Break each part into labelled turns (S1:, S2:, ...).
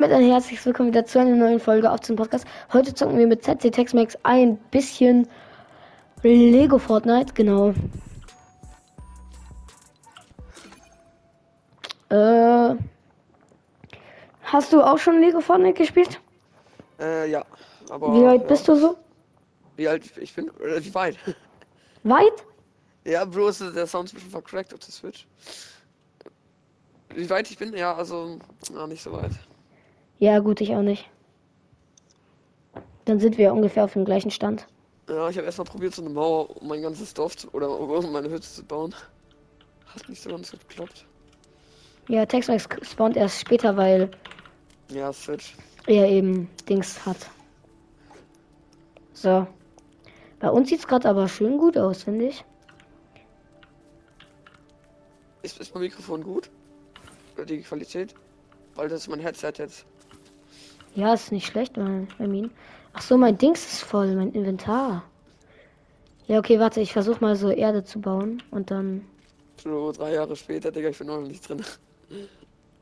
S1: Mit ein herzliches Willkommen wieder zu einer neuen Folge auf dem Podcast. Heute zocken wir mit ZC Texmax ein bisschen Lego Fortnite, genau. Äh, hast du auch schon Lego Fortnite gespielt?
S2: Äh, ja. Aber,
S1: Wie weit
S2: ja.
S1: bist du so?
S2: Wie alt ich bin? Oder wie weit?
S1: Weit?
S2: ja, bloß der Sound ist ein bisschen vercrackt auf der Switch. Wie weit ich bin? Ja, also, na, nicht so weit.
S1: Ja, gut, ich auch nicht. Dann sind wir ungefähr auf dem gleichen Stand.
S2: Ja, ich habe erstmal probiert, so eine Mauer um mein ganzes Dorf zu, oder um meine Hütte zu bauen. Hat nicht so ganz geklappt.
S1: Ja, Texmax spawnt erst später, weil
S2: Ja, Switch.
S1: er eben Dings hat. So. Bei uns sieht's gerade aber schön gut aus, finde ich.
S2: Ist, ist mein Mikrofon gut? Oder die Qualität? Weil das ist mein Headset jetzt.
S1: Ja, ist nicht schlecht, mein Armin. Ach so, mein Dings ist voll, mein Inventar. Ja, okay, warte, ich versuche mal so Erde zu bauen und dann.
S2: So drei Jahre später, Digga, ich bin noch nicht drin.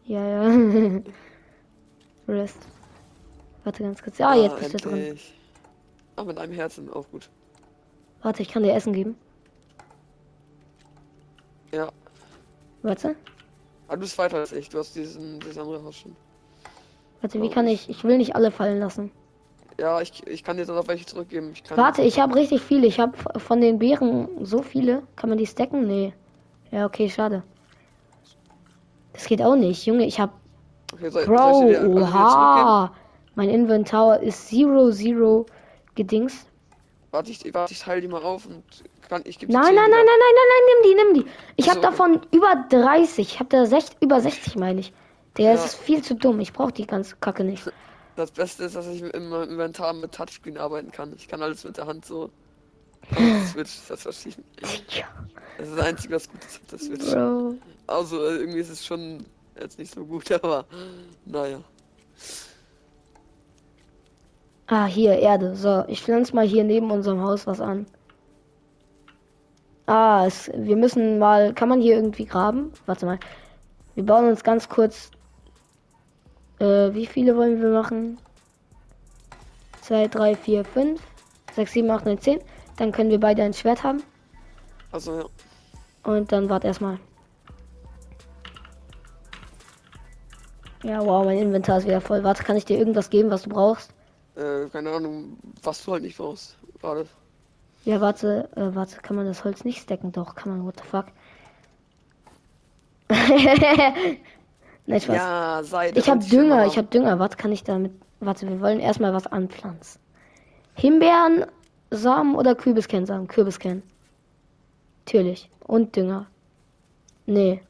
S1: Ja, ja. Rest. Warte ganz kurz. Ah, jetzt bist du drin.
S2: endlich. Ah, mit einem Herzen, auch gut.
S1: Warte, ich kann dir Essen geben.
S2: Ja,
S1: Warte.
S2: Ah, du bist weiter als ich. Du hast diesen, dieses andere Haus schon.
S1: Warte, wie
S2: Warum
S1: kann ich.
S2: nicht?
S1: Ich will nicht alle fallen lassen.
S2: Ja, ich, ich kann dir dann auf welche zurückgeben. Ich kann,
S1: Warte, ich habe richtig viele. Ich habe von den Beeren so viele. Kann man die stacken? Nee. Ja, okay, schade. Das geht auch nicht. Junge, ich habe
S2: Okay, soll,
S1: Bro,
S2: soll ich dir alle wieder zurückgeben?
S1: oha! Mein Inventar ist Zero Zero gedings.
S2: Warte, ich, warte, ich teile die mal auf und kann ich gebe
S1: Nein, nein, nein, nein, nein, nein, nein, nimm die, nimm die. Ich habe
S2: Ach so.
S1: davon über 30. Ich habe da sech, über 60, meine ich. Der
S2: Ja.
S1: ist viel zu dumm. Ich brauche die ganze Kacke nicht.
S2: Das Beste ist, dass ich im meinem Inventar mit Touchscreen arbeiten kann. Ich kann alles mit der Hand so. auf die Switch, das verschieben.
S1: Ja,
S2: Das ist das Einzige, was gut ist auf der Switch.
S1: Bro.
S2: Also äh, irgendwie ist es schon jetzt nicht so gut, aber naja.
S1: Ah, hier, Erde. So, ich pflanze mal hier neben unserem Haus was an. Ah, es, wir müssen mal. Kann man hier irgendwie graben? Warte mal. Wir bauen uns ganz kurz. Äh, wie viele wollen wir machen? 2, 3, 4, 5, 6, 7, 8, 9, 10. Dann können wir beide ein Schwert haben.
S2: Also ja.
S1: Und dann wart erstmal. Ja, wow, mein Inventar ist wieder voll. Warte, kann ich dir irgendwas geben, was du brauchst?
S2: Äh, keine Ahnung, was du halt nicht brauchst. Gerade.
S1: Ja, warte, äh, warte, kann man das Holz nicht stacken? Doch, kann man, what the fuck? Nein, Spaß.
S2: Ja, sei
S1: ich hab Dünger, ich hab Dünger, was kann ich damit? Warte, wir wollen erstmal was anpflanzen. Himbeeren, Samen oder Kürbiskensamen? Kürbisken. Natürlich. Und Dünger. Nee.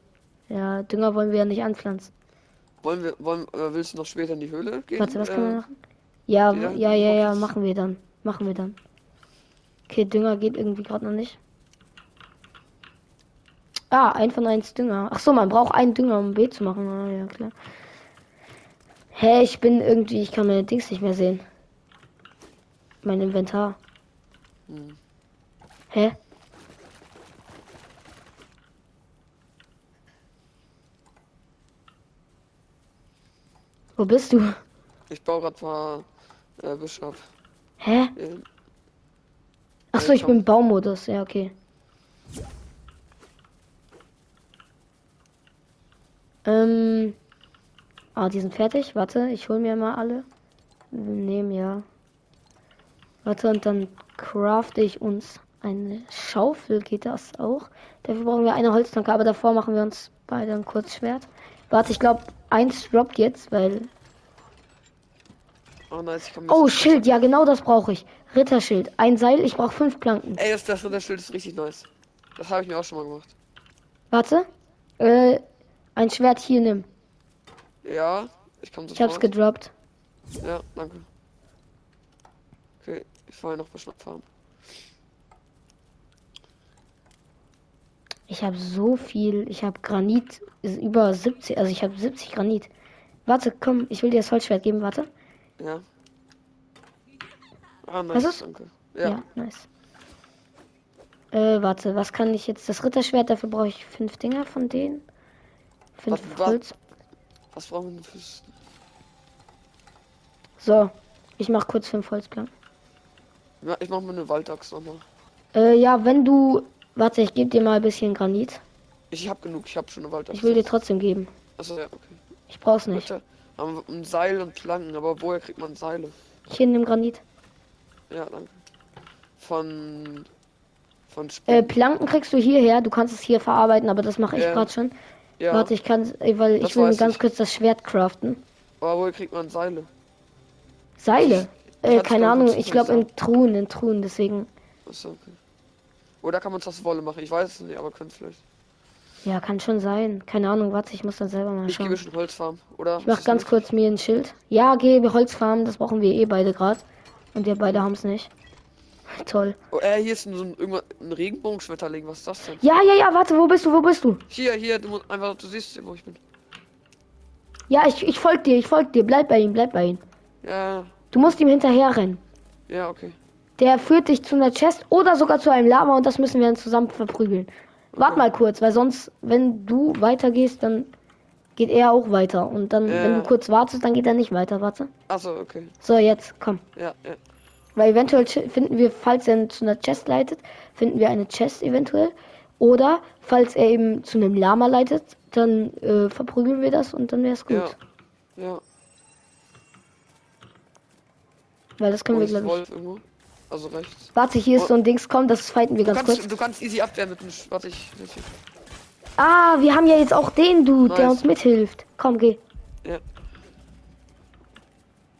S1: Ja, Dünger wollen wir ja nicht anpflanzen.
S2: Wollen wir, wollen, äh, willst du noch später in die Höhle gehen?
S1: Warte, was
S2: äh,
S1: kann man machen? Ja,
S2: die
S1: w-
S2: dann-
S1: ja, ja, ja,
S2: Boxes?
S1: machen wir dann. Machen wir dann. Okay, Dünger geht irgendwie gerade noch nicht. Ah, ein von eins Dünger. Ach so, man braucht einen Dünger, um B zu machen. Ah, ja, klar. Hä, ich bin irgendwie, ich kann meine Dings nicht mehr sehen. Mein Inventar.
S2: Hm.
S1: Hä? Wo bist du?
S2: Ich baue gerade paar äh, Büsche ab.
S1: Hä?
S2: Äh,
S1: Ach so, ich bin im Baumodus. Ja, okay. Ähm. Ah, die sind fertig. Warte, ich hol mir mal alle. Nehmen ja. Warte, und dann crafte ich uns eine Schaufel. Geht das auch? Dafür brauchen wir eine Holztanke, aber davor machen wir uns beide ein Kurzschwert. Warte, ich glaube, eins droppt jetzt, weil
S2: Oh nice, ich kann mir
S1: Oh,
S2: das-
S1: Schild, ja, genau das brauche ich. Ritterschild. Ein Seil, ich brauche fünf Planken.
S2: Ey, das, das Ritterschild ist richtig nice. Das habe ich mir auch schon mal gemacht.
S1: Warte. Äh, ein Schwert hier nimm.
S2: Ja, ich komme
S1: Ich hab's gedroppt.
S2: Ja, danke. Okay, ich wollte noch Beschnapp haben.
S1: Ich habe so viel. Ich habe Granit. Ist über 70. Also ich habe 70 Granit. Warte, komm, ich will dir das Holzschwert geben, warte.
S2: Ja. Ah, nice,
S1: Was ist-
S2: danke. Ja.
S1: nice. Äh, warte, was kann ich jetzt? Das Ritterschwert, dafür brauche ich fünf Dinger von denen. Fünf
S2: Was- was-
S1: Holz.
S2: Was brauchen wir fürs...
S1: So, ich mach kurz fünf Holzplanken.
S2: Ja, ich mach mir eine Waldachs nochmal.
S1: Äh, ja, wenn du. Warte, ich gebe dir mal ein bisschen Granit.
S2: Ich hab genug, ich hab schon eine Waldachs.
S1: Ich will dir trotzdem geben.
S2: Achso, ja, okay.
S1: Ich brauch's nicht.
S2: Bitte. Haben wir ein Seil und Planken, aber woher kriegt man Seile?
S1: Hier in dem Granit.
S2: Ja, danke. Von. Von Sp
S1: Äh, Planken kriegst du hierher. Du kannst es hier verarbeiten, aber das mache ich
S2: Ja.
S1: gerade schon.
S2: ja,
S1: Warte, ich kann, äh, weil
S2: Das
S1: ich will mir
S2: weiß
S1: ganz
S2: ich.
S1: kurz das Schwert craften.
S2: aber Oh, woher kriegt man Seile?
S1: Seile.
S2: Ich
S1: Äh,
S2: hab's
S1: keine
S2: nur
S1: Ahnung.
S2: kurz
S1: Ich glaube in Truhen, in Truhen. Deswegen.
S2: Achso, okay. Oder kann man es aus Wolle machen? Ich weiß es nicht, aber könnte vielleicht.
S1: Ja, kann schon sein. Keine Ahnung. Warte, ich muss dann selber mal
S2: Ich
S1: schauen.
S2: gebe schon Holzfarm, oder?
S1: Ich mach ganz kurz mir ein Schild. Ja, geh, wir Holzfarmen, das brauchen wir eh beide gerade. Und wir beide haben es nicht. Toll.
S2: Oh, äh, hier ist so ein, irgendwas, ein Regenbogenschmetterling, was ist das denn?
S1: Ja, ja, ja, warte, wo bist du? Wo bist du?
S2: Hier, hier, du musst einfach, du siehst, wo ich bin.
S1: Ja, ich, ich folg dir, ich folg dir. Bleib bei ihm, bleib bei ihm.
S2: Ja,
S1: Du musst ihm hinterher rennen.
S2: ja, okay.
S1: Der führt dich zu einer Chest oder sogar zu einem Lava und das müssen wir dann zusammen verprügeln. Wart mal kurz, weil sonst, wenn du weitergehst, dann geht er auch weiter. Und dann,
S2: Ja.
S1: wenn du kurz wartest, dann geht er nicht weiter. Warte.
S2: Achso, okay.
S1: So, jetzt, komm.
S2: Ja, ja.
S1: Weil eventuell ch- finden wir, falls er zu einer Chest leitet, finden wir eine Chest eventuell. Oder falls er eben zu einem Lama leitet, dann äh, verprügeln wir das und dann wäre es gut.
S2: Ja. Ja.
S1: Weil das können
S2: Wo
S1: wir,
S2: ist
S1: glaube ich.
S2: Wolf irgendwo? Also rechts.
S1: Warte, hier ist so ein Dings, komm, das fighten wir
S2: Oh. Du
S1: ganz kurz.
S2: kannst, du kannst easy abwehren mit dem Sch Warte, ich. ich
S1: Ah, wir haben ja jetzt auch den Dude, der
S2: Nice.
S1: uns mithilft. Komm, geh.
S2: ja.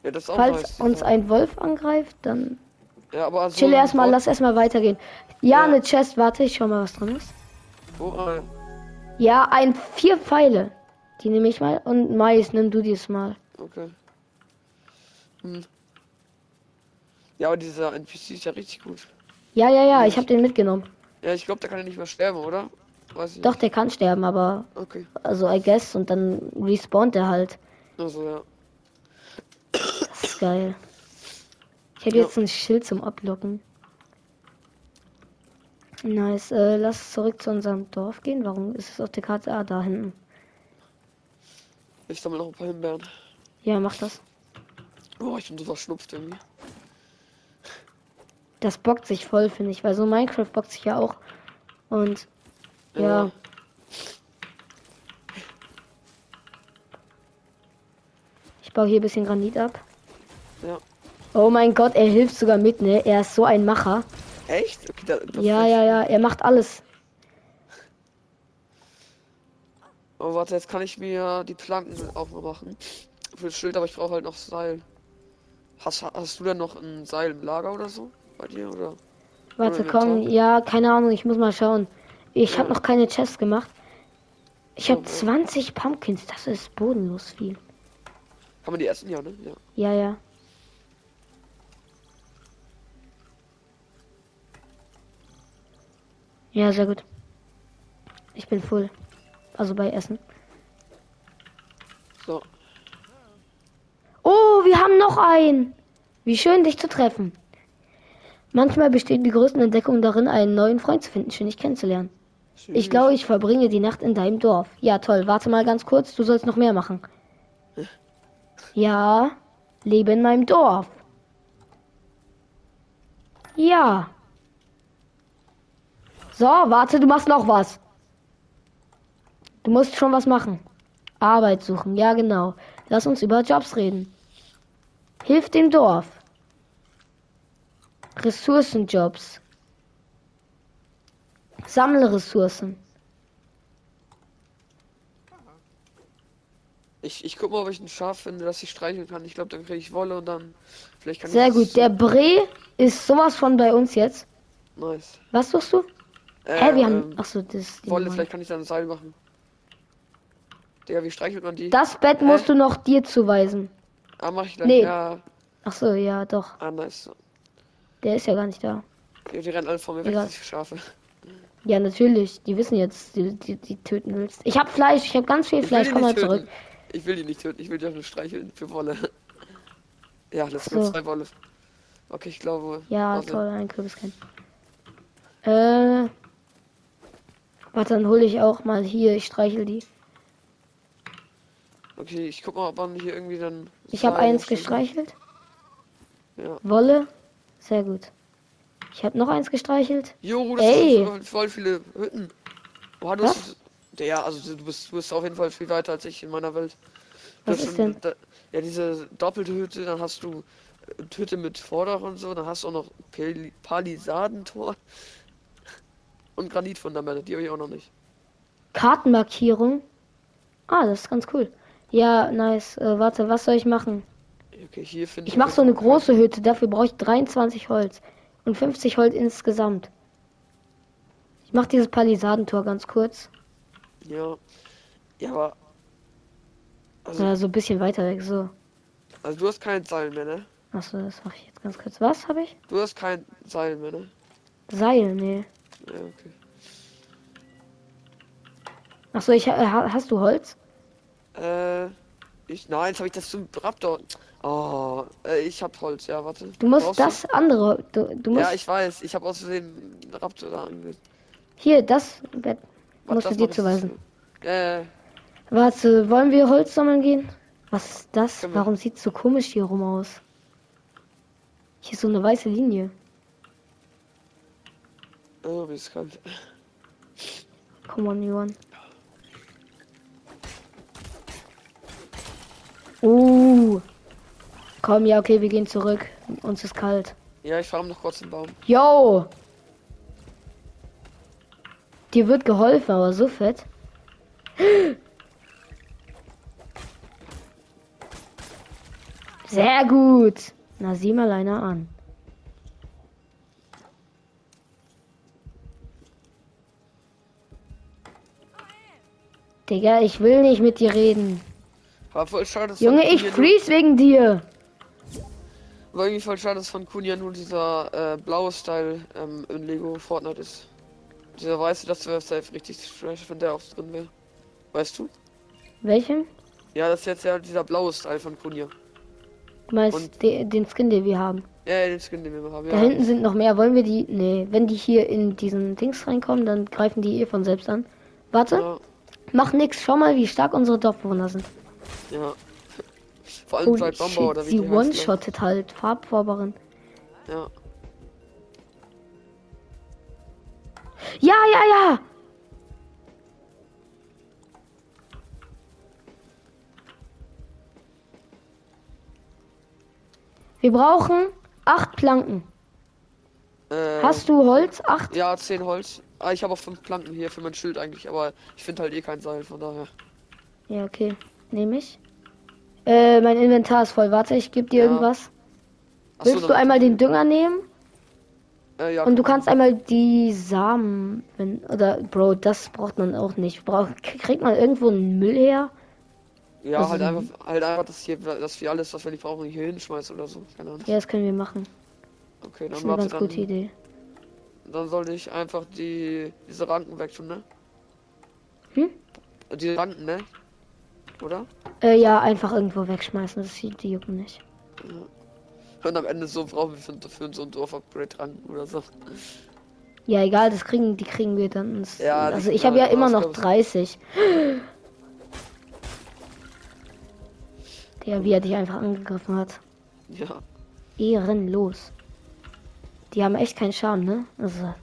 S2: Ja, das ist Oh, auch
S1: Falls
S2: nice.
S1: uns ein Wolf angreift, dann
S2: ja, aber also
S1: chill erstmal, lass erstmal weitergehen. Ja,
S2: Ja.
S1: eine Chest, warte, ich schau mal, was drin ist.
S2: Oh, ah, ja.
S1: Ja, ein vier Pfeile. Die nehme ich mal und Mais, nimm du dies mal.
S2: Okay. Hm. Ja, aber dieser NPC ist ja richtig gut.
S1: Ja, ja, ja, ich habe den mitgenommen.
S2: Ja, ich glaube, der kann ja nicht mehr sterben, oder? Weiß ich
S1: Doch, der kann sterben, aber
S2: nicht. Okay.
S1: also I guess und dann respawnt er halt.
S2: Also ja.
S1: Das ist geil. Ich hätte
S2: Ja.
S1: jetzt ein Schild zum Ablocken. Nice. Äh, lass zurück zu unserem Dorf gehen. Warum ist es auf der Karte? Ah, da hinten.
S2: Ich sammle noch ein paar Himbeeren.
S1: Ja, mach das.
S2: Oh, ich bin so verschnupft irgendwie.
S1: Das bockt sich voll, finde ich, weil so Minecraft bockt sich ja auch. Und ja.
S2: Ja.
S1: Ich baue hier ein bisschen Granit ab.
S2: Ja.
S1: Oh mein Gott, er hilft sogar mit, ne? Er ist so ein Macher.
S2: Echt? Okay, da, das
S1: Ja, ja, ja, er macht alles.
S2: Oh, warte, jetzt kann ich mir die Planken auch mal machen. Für das Schild, aber ich brauche halt noch Seil. Hast, hast du denn noch ein Seil im Lager oder so? Bei dir oder?
S1: Warte,
S2: Oder
S1: komm.
S2: Inventar?
S1: Ja, keine Ahnung, ich muss mal schauen. Ich habe
S2: Ja.
S1: noch keine Chests gemacht. Ich habe
S2: Ja.
S1: 20 Pumpkins, das ist bodenlos viel.
S2: Kann man die essen? Ja, ne? Ja.
S1: Ja, ja. Ja, sehr gut. Ich bin voll. Also bei Essen.
S2: So.
S1: Oh, wir haben noch einen. Wie schön, dich zu treffen. Manchmal bestehen die größten Entdeckungen darin, einen neuen Freund zu finden. Schön, dich kennenzulernen. Ich glaube, ich verbringe die Nacht in deinem Dorf. Ja, toll. Warte mal ganz kurz. Du sollst noch mehr machen. Ja, lebe in meinem Dorf. Ja. So, warte, du machst noch was. Du musst schon was machen. Arbeit suchen, ja genau. Lass uns über Jobs reden. Hilf dem Dorf. Ressourcenjobs. Sammle Ressourcen.
S2: Ich, ich guck mal, ob ich ein Schaf finde, das ich streicheln kann. Ich glaube, dann kriege ich Wolle und dann. Vielleicht kann
S1: Sehr
S2: ich.
S1: gut. Der Bre ist sowas von bei uns jetzt.
S2: Nice.
S1: Was suchst du?
S2: Äh,
S1: Hä, wir haben.
S2: ähm,
S1: Achso, das ist die
S2: Wolle,
S1: Nummer.
S2: vielleicht kann ich dann ein Seil machen. Digga, wie streichelt man die?
S1: Das Bett musst
S2: Äh.
S1: du noch dir zuweisen.
S2: ah, mach ich gleich.
S1: Nee.
S2: Ja.
S1: Achso, ja, doch.
S2: Ah, nice.
S1: Der ist ja gar nicht da.
S2: Die, die rennen alle vor mir weg,
S1: Egal.
S2: die Schafe.
S1: Ja, natürlich. Die wissen jetzt, die, die, die töten willst. Ich hab Fleisch, ich hab ganz viel
S2: Ich will
S1: Fleisch.
S2: die
S1: Komm mal
S2: nicht
S1: zurück.
S2: töten. Ich will die nicht töten, ich will die auch nur streicheln für Wolle. Ja, das sind
S1: So.
S2: zwei Wolle. Okay, ich glaube.
S1: Ja,
S2: warte.
S1: toll, ein Kürbiskern. Äh. Warte, dann hole ich auch mal hier. Ich streichel die.
S2: Okay, ich guck mal, ob man hier irgendwie dann.
S1: Ich habe
S2: Seil
S1: eins
S2: stehen kann.
S1: gestreichelt.
S2: Ja.
S1: Wolle. Sehr gut. Ich habe noch eins gestreichelt.
S2: Jo, das
S1: Ey.
S2: sind voll- voll viele Hütten. Boah, du hast. Ja, also du bist, du bist auf jeden Fall viel weiter als ich in meiner Welt. Du
S1: Was
S2: hast
S1: ist
S2: schon-
S1: denn?
S2: Da, ja, diese doppelte Hütte, dann hast du äh, Hütte mit Vorder und so, dann hast du auch noch Pel Palisadentor und Granitfundamente, die habe ich auch noch nicht.
S1: Kartenmarkierung. Ah, das ist ganz cool. Ja, nice. Äh, warte, was soll ich machen?
S2: Okay, hier finde
S1: Ich mache so eine große Hütte. Dafür brauche ich 23 Holz. Und 50 Holz insgesamt. Ich mache dieses Palisadentor ganz kurz.
S2: Ja. Ja, aber. Also,
S1: Ja, so ein bisschen weiter weg. So.
S2: also du hast kein Seil mehr, ne?
S1: Achso, das mache ich jetzt ganz kurz. Was habe ich?
S2: Du hast kein Seil mehr, ne?
S1: Seil, nee.
S2: Ja, okay.
S1: Achso, ich, ha- ha- hast du Holz?
S2: Äh, ich, nein, jetzt habe ich das zum Raptor. Oh, äh, ich hab Holz, ja, warte.
S1: Du musst
S2: Brauchst
S1: das andere. Du, du musst
S2: Ja, ich weiß, ich habe aus Versehen einen Raptor da ange...
S1: hier das Bett.
S2: Warte,
S1: Musst du
S2: das
S1: dir
S2: mach ich-
S1: zuweisen.
S2: Äh,
S1: Warte, wollen wir Holz sammeln gehen? Was ist das?
S2: Können wir.
S1: Warum sieht's so komisch hier rum aus? Hier ist so eine weiße Linie.
S2: oh, mir ist kalt.
S1: Come on, Johann. Uh. Komm, ja, okay, wir gehen zurück. Uns ist kalt.
S2: Ja, ich fahre noch kurz den Baum.
S1: Yo! Dir wird geholfen, aber so fett. Sehr gut. Na, sieh mal einer an. Digga, ich will nicht mit dir reden.
S2: Aber voll schade, dass
S1: Junge,
S2: von
S1: ich
S2: Kunja
S1: freeze wegen dir.
S2: Nur, war irgendwie voll schade, dass von Kunja nur dieser äh, blaue Style ähm, in Lego Fortnite ist. Dieser weiße, das wäre safe richtig fresh, wenn der auch drin wäre. Weißt du?
S1: Welchen?
S2: Ja, das ist jetzt ja dieser blaue Style von Kunja.
S1: Du meinst
S2: Und-
S1: de den Skin, den wir haben.
S2: Ja, den Skin, den wir haben.
S1: Da
S2: Ja,
S1: hinten sind noch mehr. Wollen wir die. Nee, wenn die hier in diesen Dings reinkommen, dann greifen die eh von selbst an. Warte,
S2: ja,
S1: mach nix. Schau mal, wie stark unsere Dorfbewohner sind.
S2: ja. Vor allem
S1: Holy
S2: Black Bomber oder
S1: shit,
S2: wie
S1: sie
S2: die heißt, ne?
S1: one-shottet halt. Farbvorberin.
S2: Ja.
S1: Ja, ja, ja! Wir brauchen acht Planken.
S2: Äh,
S1: Hast du Holz? Acht?
S2: Ja, 10 Holz. Ah, ich habe auch 5 Planken hier für mein Schild eigentlich, aber ich finde halt eh kein Seil, von daher.
S1: Ja, okay. Nehme ich. Äh, mein Inventar ist voll. Warte, ich gebe dir
S2: Ja.
S1: irgendwas.
S2: Ach so,
S1: Willst du
S2: dann-
S1: einmal den Dünger nehmen?
S2: Äh, ja,
S1: Und du kannst einmal die Samen, wenn, oder Bro, das braucht man auch nicht. Braucht, kriegt man irgendwo einen Müll her?
S2: Ja,
S1: also-
S2: halt einfach, halt einfach, dass, hier, dass wir alles, was wir nicht brauchen, hier hinschmeißen oder so. Keine Ahnung.
S1: Ja, das können wir machen.
S2: Okay,
S1: Das
S2: dann
S1: ist eine
S2: warte,
S1: ganz gute
S2: dann,
S1: Idee.
S2: dann sollte ich einfach die, diese Ranken wegtun, ne?
S1: Hm?
S2: Die Ranken, ne? Oder?
S1: Äh, ja, einfach irgendwo wegschmeißen. Das sieht die jucken nicht.
S2: Und am Ende so brauchen wir für, für so ein Dorf-Upgrade Ranken oder so.
S1: Ja, egal, das kriegen, die kriegen wir dann. ins-
S2: Ja, die
S1: also ich
S2: kriegen
S1: habe
S2: wir
S1: ja
S2: dann
S1: immer
S2: raus,
S1: noch
S2: glaub ich.
S1: 30. Der, wie er dich einfach angegriffen hat.
S2: Ja.
S1: Ehrenlos. Die haben echt keinen Charme, ne? Also.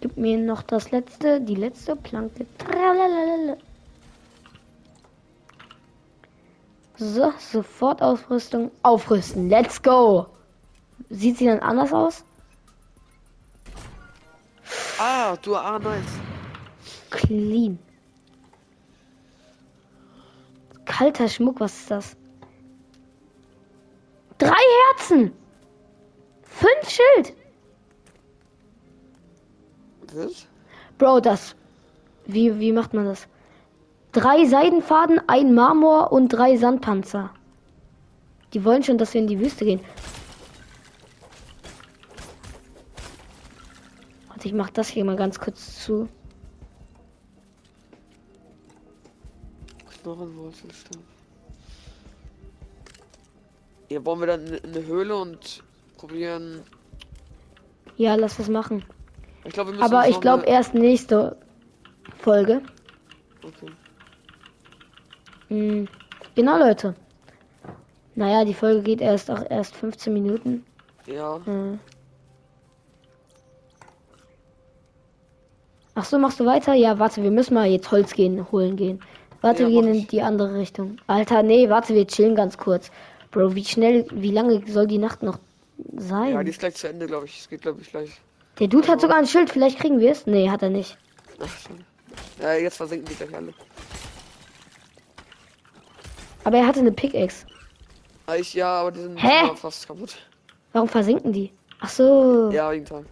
S1: Gib mir noch das letzte, die letzte Planke. Tralalala. So, sofort Ausrüstung. Aufrüsten. Let's go. Sieht sie dann anders aus?
S2: Ah, du, ah, nice.
S1: Clean. Kalter Schmuck, was ist das? Drei Herzen! Fünf Schild!
S2: Was?
S1: Bro, das. Wie, wie macht man das? Drei Seidenfaden, ein Marmor und drei Sandpanzer. Die wollen schon, dass wir in die Wüste gehen. Warte, ich mach das hier mal ganz kurz zu.
S2: Knochenwurzelstamm. Hier bauen wir dann eine- eine Höhle und probieren.
S1: Ja, lass das machen.
S2: Ich glaube, wir müssen.
S1: Aber
S2: uns
S1: ich
S2: noch
S1: glaube
S2: eine-
S1: erst nächste Folge.
S2: Okay.
S1: Mm, Genau, Leute. Hm, Naja, die Folge geht erst auch erst 15 Minuten.
S2: Ja.
S1: Äh. Ach so, machst du weiter? Ja, warte, wir müssen mal jetzt Holz gehen, holen gehen. Warte,
S2: Ja,
S1: wir
S2: mach
S1: gehen
S2: ich.
S1: in die andere Richtung. Alter, nee, warte, wir chillen ganz kurz. Bro, wie schnell, wie lange soll die Nacht noch sein?
S2: Ja, die ist gleich zu Ende, glaube ich. Es geht, glaube ich, gleich.
S1: Der Dude hat
S2: Also-
S1: sogar ein Schild, vielleicht kriegen wir es. Nee, hat er nicht.
S2: Ach, schade. ja, jetzt versinken die gleich alle.
S1: Aber er hatte eine Pickaxe.
S2: Ah, Ich, ja, aber die sind
S1: Hä?
S2: schon fast kaputt.
S1: Warum versinken die? Ach so. Ja,
S2: Ja, irgendwann.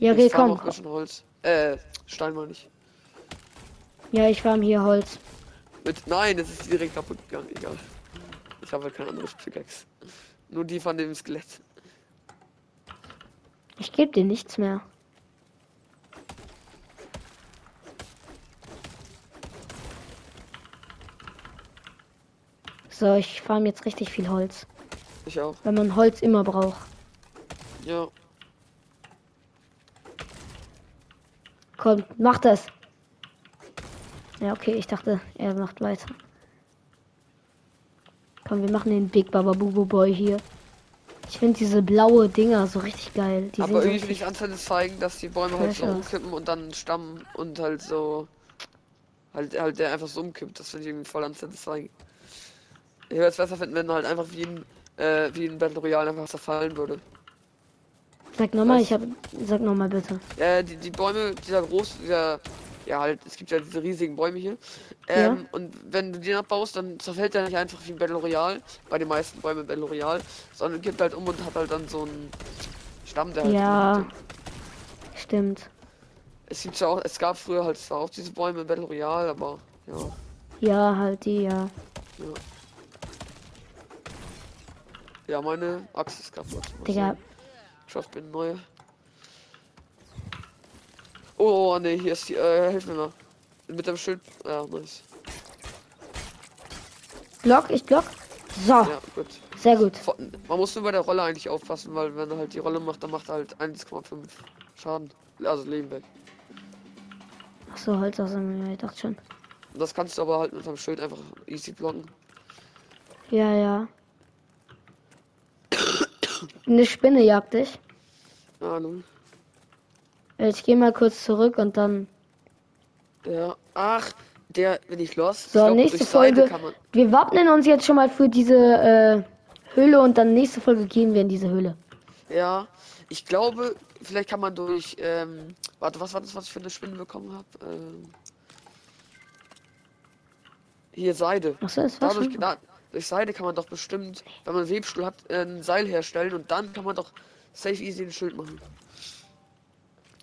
S1: okay,
S2: ich farm
S1: komm.
S2: auch ganz schön Holz. Äh, Stein meine ich.
S1: Ja, ich farm hier Holz.
S2: Mit, nein, das ist direkt kaputt gegangen. Egal. Ich habe halt kein anderes Pickaxe. Nur die von dem Skelett.
S1: Ich gebe dir nichts mehr. So, ich farm jetzt richtig viel Holz,
S2: Ich auch.
S1: weil man Holz immer braucht.
S2: Ja.
S1: Komm, mach das. Ja, okay, ich dachte, er macht weiter. Komm, wir machen den Big Baba Bubo Boy hier. Ich finde diese blaue Dinger so richtig geil. Die
S2: aber
S1: sehen
S2: irgendwie
S1: so
S2: finde ich unsatisfying, dass die Bäume halt so
S1: Fresh aus.
S2: umkippen und dann stammen und halt so. Halt, halt der einfach so umkippt. Das finde ich irgendwie voll unsatisfying. Ich würde es besser finden, wenn halt einfach wie ein, äh, wie ein Battle Royale einfach zerfallen würde.
S1: sag nochmal,
S2: weiß-
S1: ich hab. Sag nochmal bitte.
S2: Äh, die, die Bäume, dieser groß, dieser, ja halt, es gibt ja diese riesigen Bäume hier. Ähm, Und wenn du den abbaust, dann zerfällt der nicht einfach wie ein Battle Royale, bei den meisten Bäumen im Battle Royale, sondern gibt halt um und hat halt dann so einen Stamm, der halt
S1: Ja. Stimmt.
S2: Es gibt ja auch, es gab früher halt zwar auch diese Bäume im Battle Royale, aber ja.
S1: Ja, halt die, ja.
S2: Ja, meine Axt ist kaputt. Mal
S1: Digga,
S2: sehen. Ich hoffe, ich bin neue. Oh, ne, hier ist die, äh, hilf mir mal. Mit dem Schild, ja, nice.
S1: block, ich block. So,
S2: Ja, gut.
S1: sehr gut.
S2: Vor- Man muss nur bei der Rolle eigentlich aufpassen, weil wenn er halt die Rolle macht, dann macht er halt 1,5 Schaden. Also Leben weg.
S1: Ach so, Holz aus dem. Ich dachte schon.
S2: Und das kannst du aber halt mit deinem Schild einfach easy blocken.
S1: Ja, ja. Eine Spinne jagt dich. Äh,
S2: Ah, nun.
S1: Ich gehe mal kurz zurück und dann.
S2: Ja. Ach, der bin ich los.
S1: So,
S2: ich glaub,
S1: nächste
S2: durch Seide
S1: Folge.
S2: Kann man,
S1: Wir wappnen uns jetzt schon mal für diese äh, Höhle und dann nächste Folge gehen wir in diese Höhle.
S2: ja. Ich glaube, vielleicht kann man durch. Ähm, warte, was war das, was ich für eine Spinne bekommen habe? Ähm, hier Seide.
S1: Ach so, das war
S2: Dadurch, genau-
S1: schon.
S2: da, durch Seide kann man doch bestimmt, wenn man einen Webstuhl hat, äh, ein Seil herstellen und dann kann man doch safe easy ein Schild machen.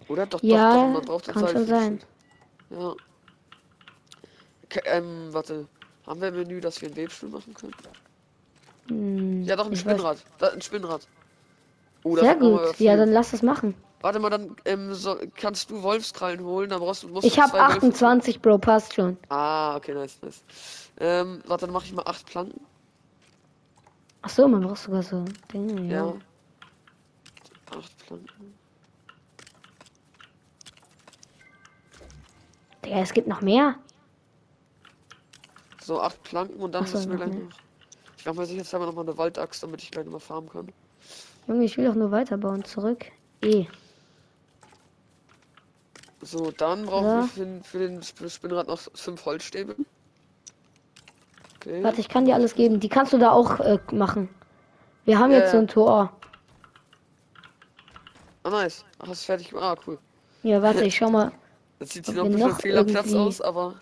S2: Oder doch,
S1: Ja,
S2: doch, doch, man braucht ein
S1: kann
S2: Seil
S1: schon
S2: für ein
S1: sein.
S2: Schild. Ja. Ke- ähm, warte. Haben wir im Menü, dass wir einen Webstuhl machen können?
S1: Hm,
S2: Ja, doch, ein
S1: ich weiß-
S2: Spinnrad. Da, ein Spinnrad. Oder
S1: Sehr gut. Ja, dann lass das machen.
S2: Warte mal, dann ähm, so, kannst du Wolfskrallen holen, dann brauchst du. Musst
S1: Ich
S2: du
S1: habe
S2: zwei Wölfe-
S1: 28, Bro, passt schon.
S2: Ah, okay, nice, nice. Ähm, warte, dann mache ich mal acht Planken.
S1: Ach so, man braucht sogar so Dinge. Ja.
S2: Ja. Acht Planken.
S1: Digga, es gibt noch mehr.
S2: So, acht Planken und dann
S1: Ach so,
S2: müssen wir
S1: noch
S2: gleich
S1: mehr.
S2: noch. Ich mache mir sicher jetzt einmal nochmal eine Waldaxt, damit ich gleich nochmal farmen kann.
S1: Junge, ich will doch nur weiterbauen. Zurück. Eh.
S2: So, dann brauchen
S1: Ja.
S2: wir für den, für den Sp- Spinnrad noch fünf Holzstäbe. Okay.
S1: Warte, ich kann dir alles geben. Die kannst du da auch äh, machen. Wir haben
S2: Äh.
S1: jetzt so ein Tor.
S2: Ah, nice. Hast du fertig gemacht? Ah, cool.
S1: Ja, warte, ich schau mal.
S2: Jetzt sieht sie
S1: Ob
S2: noch ein
S1: wir
S2: bisschen
S1: noch
S2: fehl am Platz
S1: irgendwie-
S2: aus, aber.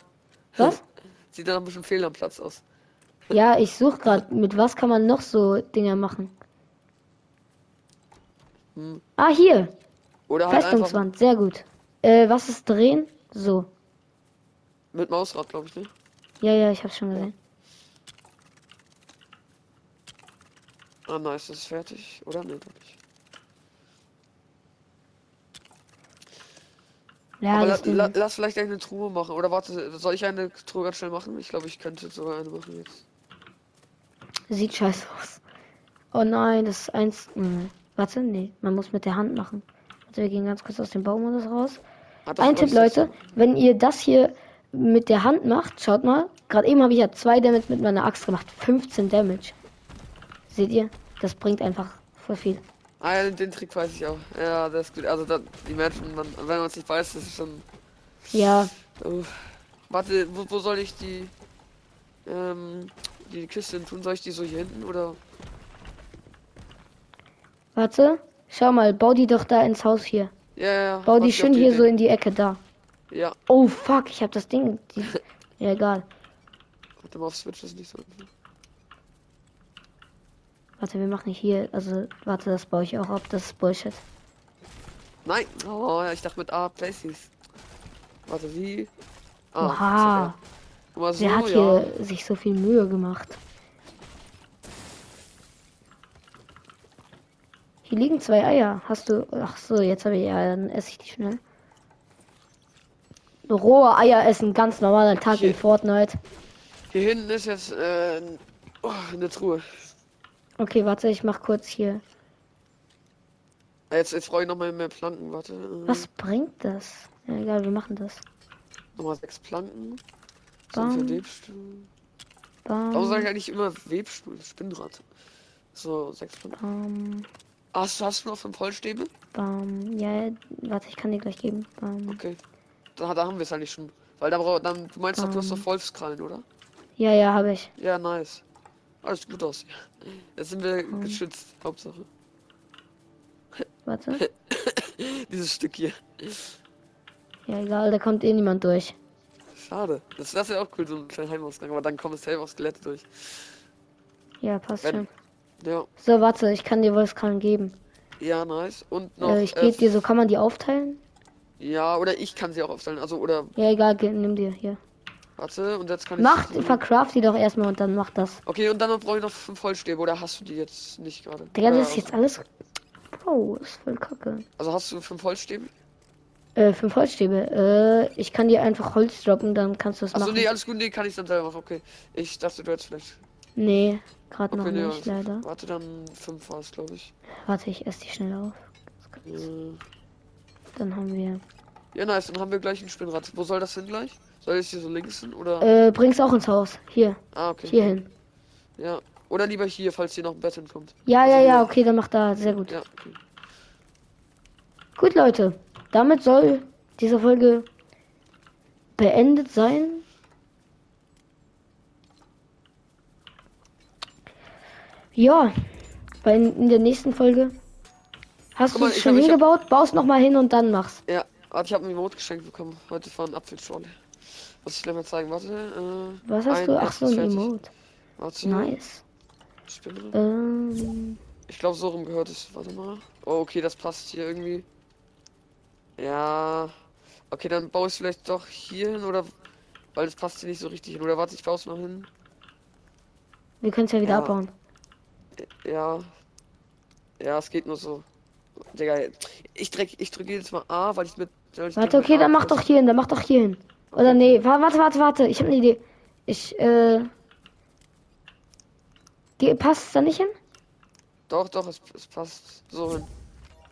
S1: Was?
S2: Sieht dann ein bisschen fehl am Platz aus.
S1: Ja, ich suche gerade, mit was kann man noch so Dinger machen?
S2: Hm.
S1: Ah, hier.
S2: Oder halt einfach
S1: Festungswand, sehr gut. Äh, was ist drehen? So.
S2: mit Mausrad, glaube ich, ne?
S1: Ja, ja, ich hab's schon gesehen.
S2: Ah, nice, das ist fertig. Oder? Ne, doch nicht.
S1: Ja,
S2: Aber la
S1: das Ding.
S2: la lass vielleicht eine Truhe machen. Oder warte, soll ich eine Truhe ganz schnell machen? Ich glaube, ich könnte sogar eine machen jetzt.
S1: sieht scheiße aus. Oh nein, das ist eins. Hm. Warte, nee, man muss mit der Hand machen. Warte, wir gehen ganz kurz aus dem Baumodus raus.
S2: Ah, das
S1: Ein
S2: wollte
S1: Tipp,
S2: ich jetzt
S1: Leute, wenn ihr das hier mit der Hand macht, schaut mal, gerade eben habe ich ja zwei Damage mit meiner Axt gemacht. 15 Damage. Seht ihr? Das bringt einfach voll viel.
S2: Ah, ja, den Trick weiß ich auch. Ja, das ist gut. Also, da, die Menschen, man, wenn man es nicht weiß, das ist schon.
S1: Ja,
S2: Uh. Warte, wo, wo soll ich die. Ähm, die Kiste hin tun? Soll ich die so hier hinten oder.
S1: warte. Schau mal, bau die doch da ins Haus hier.
S2: Ja, ja, ja.
S1: Bau
S2: warte,
S1: die
S2: ich hab
S1: schön hier so
S2: Idee.
S1: in die Ecke da.
S2: Ja,
S1: Oh fuck, ich hab das Ding. Die... Ja, egal.
S2: warte mal auf Switch, ist nicht so. einfach.
S1: Warte, wir machen hier. Also, warte, das baue ich auch ab. Das ist Bullshit.
S2: Nein! Oh, ja, ich dachte mit A, Places. Warte, wie? Ah,
S1: Oha.
S2: Guck mal so,
S1: Wer hat
S2: Oh, ja.
S1: hier sich so viel Mühe gemacht? Hier liegen zwei Eier. Hast du. Ach so, jetzt habe ich ja, dann esse ich die schnell. Rohe Eier essen, ganz normaler Tag in
S2: Shit.
S1: Fortnite.
S2: Hier hinten ist jetzt äh, n- oh, eine Truhe.
S1: Okay, warte, ich mach kurz hier.
S2: Ah, Jetzt, jetzt brauche ich nochmal mehr Planken, warte. äh,
S1: Was bringt das? Ja, egal, wir machen das.
S2: Nochmal sechs Planken.
S1: Bam.
S2: Sonst ein Webstuhl.
S1: Bam,
S2: Warum sage ich eigentlich immer Webstuhl? Spinnrad. So, sechs Planken.
S1: bam,
S2: Ah, Hast, hast du noch fünf Holzstäbe?
S1: bam. Ja, ja, warte, ich kann dir gleich geben. Bam.
S2: Okay. Da, da haben wir es eigentlich schon. Weil da brauch, dann, du meinst doch, du hast
S1: Ähm.
S2: noch Wolfskrallen, oder?
S1: Ja, ja, habe ich.
S2: Ja, nice. Alles gut aus. Jetzt sind wir geschützt, Hauptsache.
S1: Warte.
S2: Dieses Stück hier.
S1: Ja, egal, da kommt eh niemand durch.
S2: Schade. Das, das wäre auch cool, so ein kleiner Heimausgang, aber dann kommen safe auch Skelette durch.
S1: Ja, passt
S2: Wenn-
S1: schon.
S2: Ja,
S1: So, warte, ich kann dir Wolfskrallen geben.
S2: ja, nice. Und noch.
S1: äh, ich gebe dir so, kann man die aufteilen?
S2: ja, oder ich kann sie auch aufstellen. Also, oder
S1: Ja, egal, ge- nimm dir hier.
S2: warte, und jetzt kann ich.
S1: Macht,
S2: so-
S1: vercraft die doch erstmal und dann mach das.
S2: Okay, und dann brauche ich noch fünf Holzstäbe, oder hast du die jetzt nicht gerade?
S1: Digga,
S2: Oder-
S1: das ist jetzt alles. Bro, ist voll kacke.
S2: Also hast du fünf Holzstäbe?
S1: Äh, fünf Holzstäbe. Äh, ich kann dir einfach Holz droppen, dann kannst du es
S2: Achso,
S1: machen.
S2: nee, alles gut, nee, kann ich dann selber machen. Okay. Ich dachte, du hättest vielleicht.
S1: Nee, gerade noch
S2: Okay, nee,
S1: nicht,
S2: alles-
S1: leider.
S2: Warte, dann fünf war es, glaube ich.
S1: Warte, ich esse die schnell auf.
S2: Äh,
S1: Dann haben wir.
S2: Ja, nice, dann haben wir gleich ein Spinnrad. Wo soll das hin gleich? Soll ich hier so links hin oder?
S1: Äh, bring's auch ins Haus. Hier,
S2: ah, okay.
S1: hier hin.
S2: Ja. Oder lieber hier, falls hier noch ein Bett hinkommt.
S1: Ja,
S2: Also
S1: ja,
S2: hier.
S1: ja, okay, dann macht da. Sehr gut.
S2: Ja, okay.
S1: Gut, Leute, damit soll diese Folge beendet sein. Ja, bei in der nächsten Folge. Hast
S2: Guck
S1: du
S2: mal,
S1: es
S2: ich
S1: schon
S2: hab- ich hab-
S1: hingebaut? Baust noch mal hin und dann mach's.
S2: Ja, warte, ich habe ein Remote geschenkt bekommen heute von Apfelschorle. Muss ich gleich mal zeigen, warte. Äh,
S1: Was hast du? Ach so, ein
S2: 41.
S1: Emote.
S2: Warte,
S1: Nice.
S2: Spinnrad.
S1: Ähm,
S2: Ich glaube, so rum gehört es. Warte mal. Oh, okay, das passt hier irgendwie. Ja. Okay, dann baue ich vielleicht doch hier hin oder. Weil das passt hier nicht so richtig hin. Oder warte, ich baue es noch hin.
S1: wir können es ja wieder
S2: Ja.
S1: abbauen.
S2: Ja. Ja, es geht nur so. Digga, ich drück, ich drück jedes Mal A, weil ich mit. weil ich
S1: Warte,
S2: drück mit
S1: okay,
S2: A
S1: dann mach doch
S2: drück.
S1: hier hin, dann mach doch hier hin. Oder nee, wa- warte, warte, warte, ich habe eine Idee. Ich, äh. Ge- Passt da nicht hin?
S2: Doch, doch, es, es passt so hin.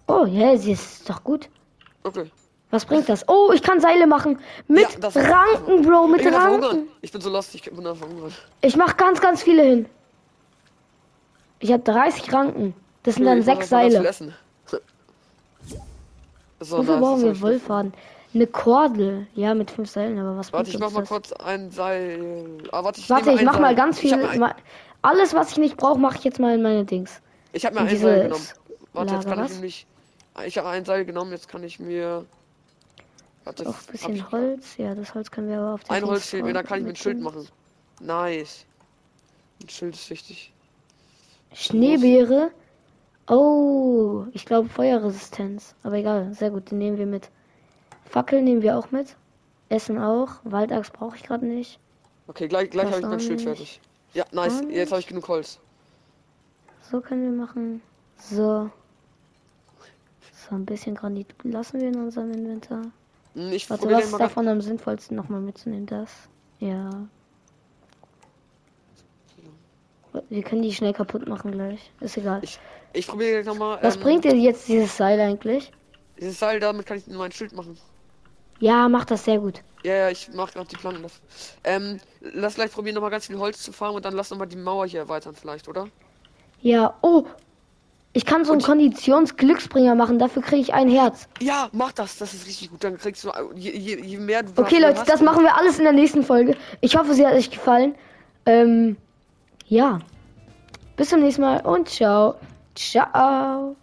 S1: Oh, ja, sie ist doch gut.
S2: Okay.
S1: Was bringt das? Oh, ich kann Seile machen. Mit
S2: Ja, das-
S1: Ranken, Bro, mit
S2: ich bin am
S1: Ranken.
S2: Verhungern. Ich bin so lost, ich bin am Verhungern.
S1: Ich mach ganz, ganz viele hin. Ich habe 30 Ranken. Das sind dann
S2: Ich muss
S1: sechs
S2: erst mal ganz viel
S1: Seile.
S2: essen. So,
S1: Wofür
S2: nice,
S1: brauchen
S2: das hab
S1: wir
S2: ich
S1: Wollfaden? Eine Kordel. Ja, mit fünf Seilen, aber was
S2: Warte,
S1: bringt uns
S2: ich mach mal
S1: das?
S2: kurz ein Seil. Ah, warte, ich
S1: Warte,
S2: nehme
S1: ich
S2: ein
S1: mach
S2: Seil.
S1: mal ganz
S2: Ich
S1: viel.
S2: hab mir ein,
S1: ma- Alles, was ich nicht brauche, mache ich jetzt mal in meine Dings.
S2: ich hab mir
S1: in
S2: ein Seil
S1: dieses
S2: genommen. Warte, jetzt
S1: Lager,
S2: kann ich
S1: was?
S2: nämlich. Ich habe ein Seil genommen, jetzt kann ich mir. Warte,
S1: Auch ein
S2: hab
S1: bisschen
S2: ich-
S1: Holz. Ja, das Holz können wir aber auf den
S2: Ein
S1: Dings
S2: Holz fehlt mir, dann kann ich mir ein Schild
S1: mitnehmen.
S2: machen. Nice. Ein Schild ist wichtig.
S1: Schneebeere. Oh, ich glaube Feuerresistenz. Aber egal, sehr gut, den nehmen wir mit. Fackel nehmen wir auch mit. Essen auch. Waldachs brauche ich gerade nicht.
S2: Okay, gleich, gleich
S1: Das
S2: habe ich mein
S1: auch
S2: Schild
S1: nicht.
S2: fertig. Ja, nice.
S1: Auch nicht.
S2: Jetzt habe ich genug Holz.
S1: So können wir machen. So. So ein bisschen Granit lassen wir in unserem Inventar.
S2: Hm, Ich
S1: Warte,
S2: probier
S1: was
S2: den mal
S1: ist
S2: ganz-
S1: davon am sinnvollsten nochmal mitzunehmen? Das. Ja. Wir können die schnell kaputt machen gleich. Ist egal.
S2: Ich- Ähm. Ich probiere gleich nochmal.
S1: Was bringt dir jetzt dieses Seil eigentlich?
S2: Dieses Seil, damit kann ich mein Schild machen.
S1: Ja, macht das sehr gut.
S2: Ja, ja, ich mache gerade die Planken dafür. Ähm, lass gleich probieren, nochmal ganz viel Holz zu farmen und dann lass nochmal die Mauer hier erweitern, vielleicht, oder?
S1: Ja, oh. Ich kann so einen Konditionsglücksbringer machen, dafür kriege ich ein Herz.
S2: Ja, mach das, das ist richtig gut. Dann kriegst du, äh, je, je, je mehr du
S1: Okay,
S2: Waffen
S1: Leute,
S2: hast,
S1: das machen wir alles in der nächsten Folge. Ich hoffe, sie hat euch gefallen. Ähm, ja. Bis zum nächsten Mal und ciao. Ciao.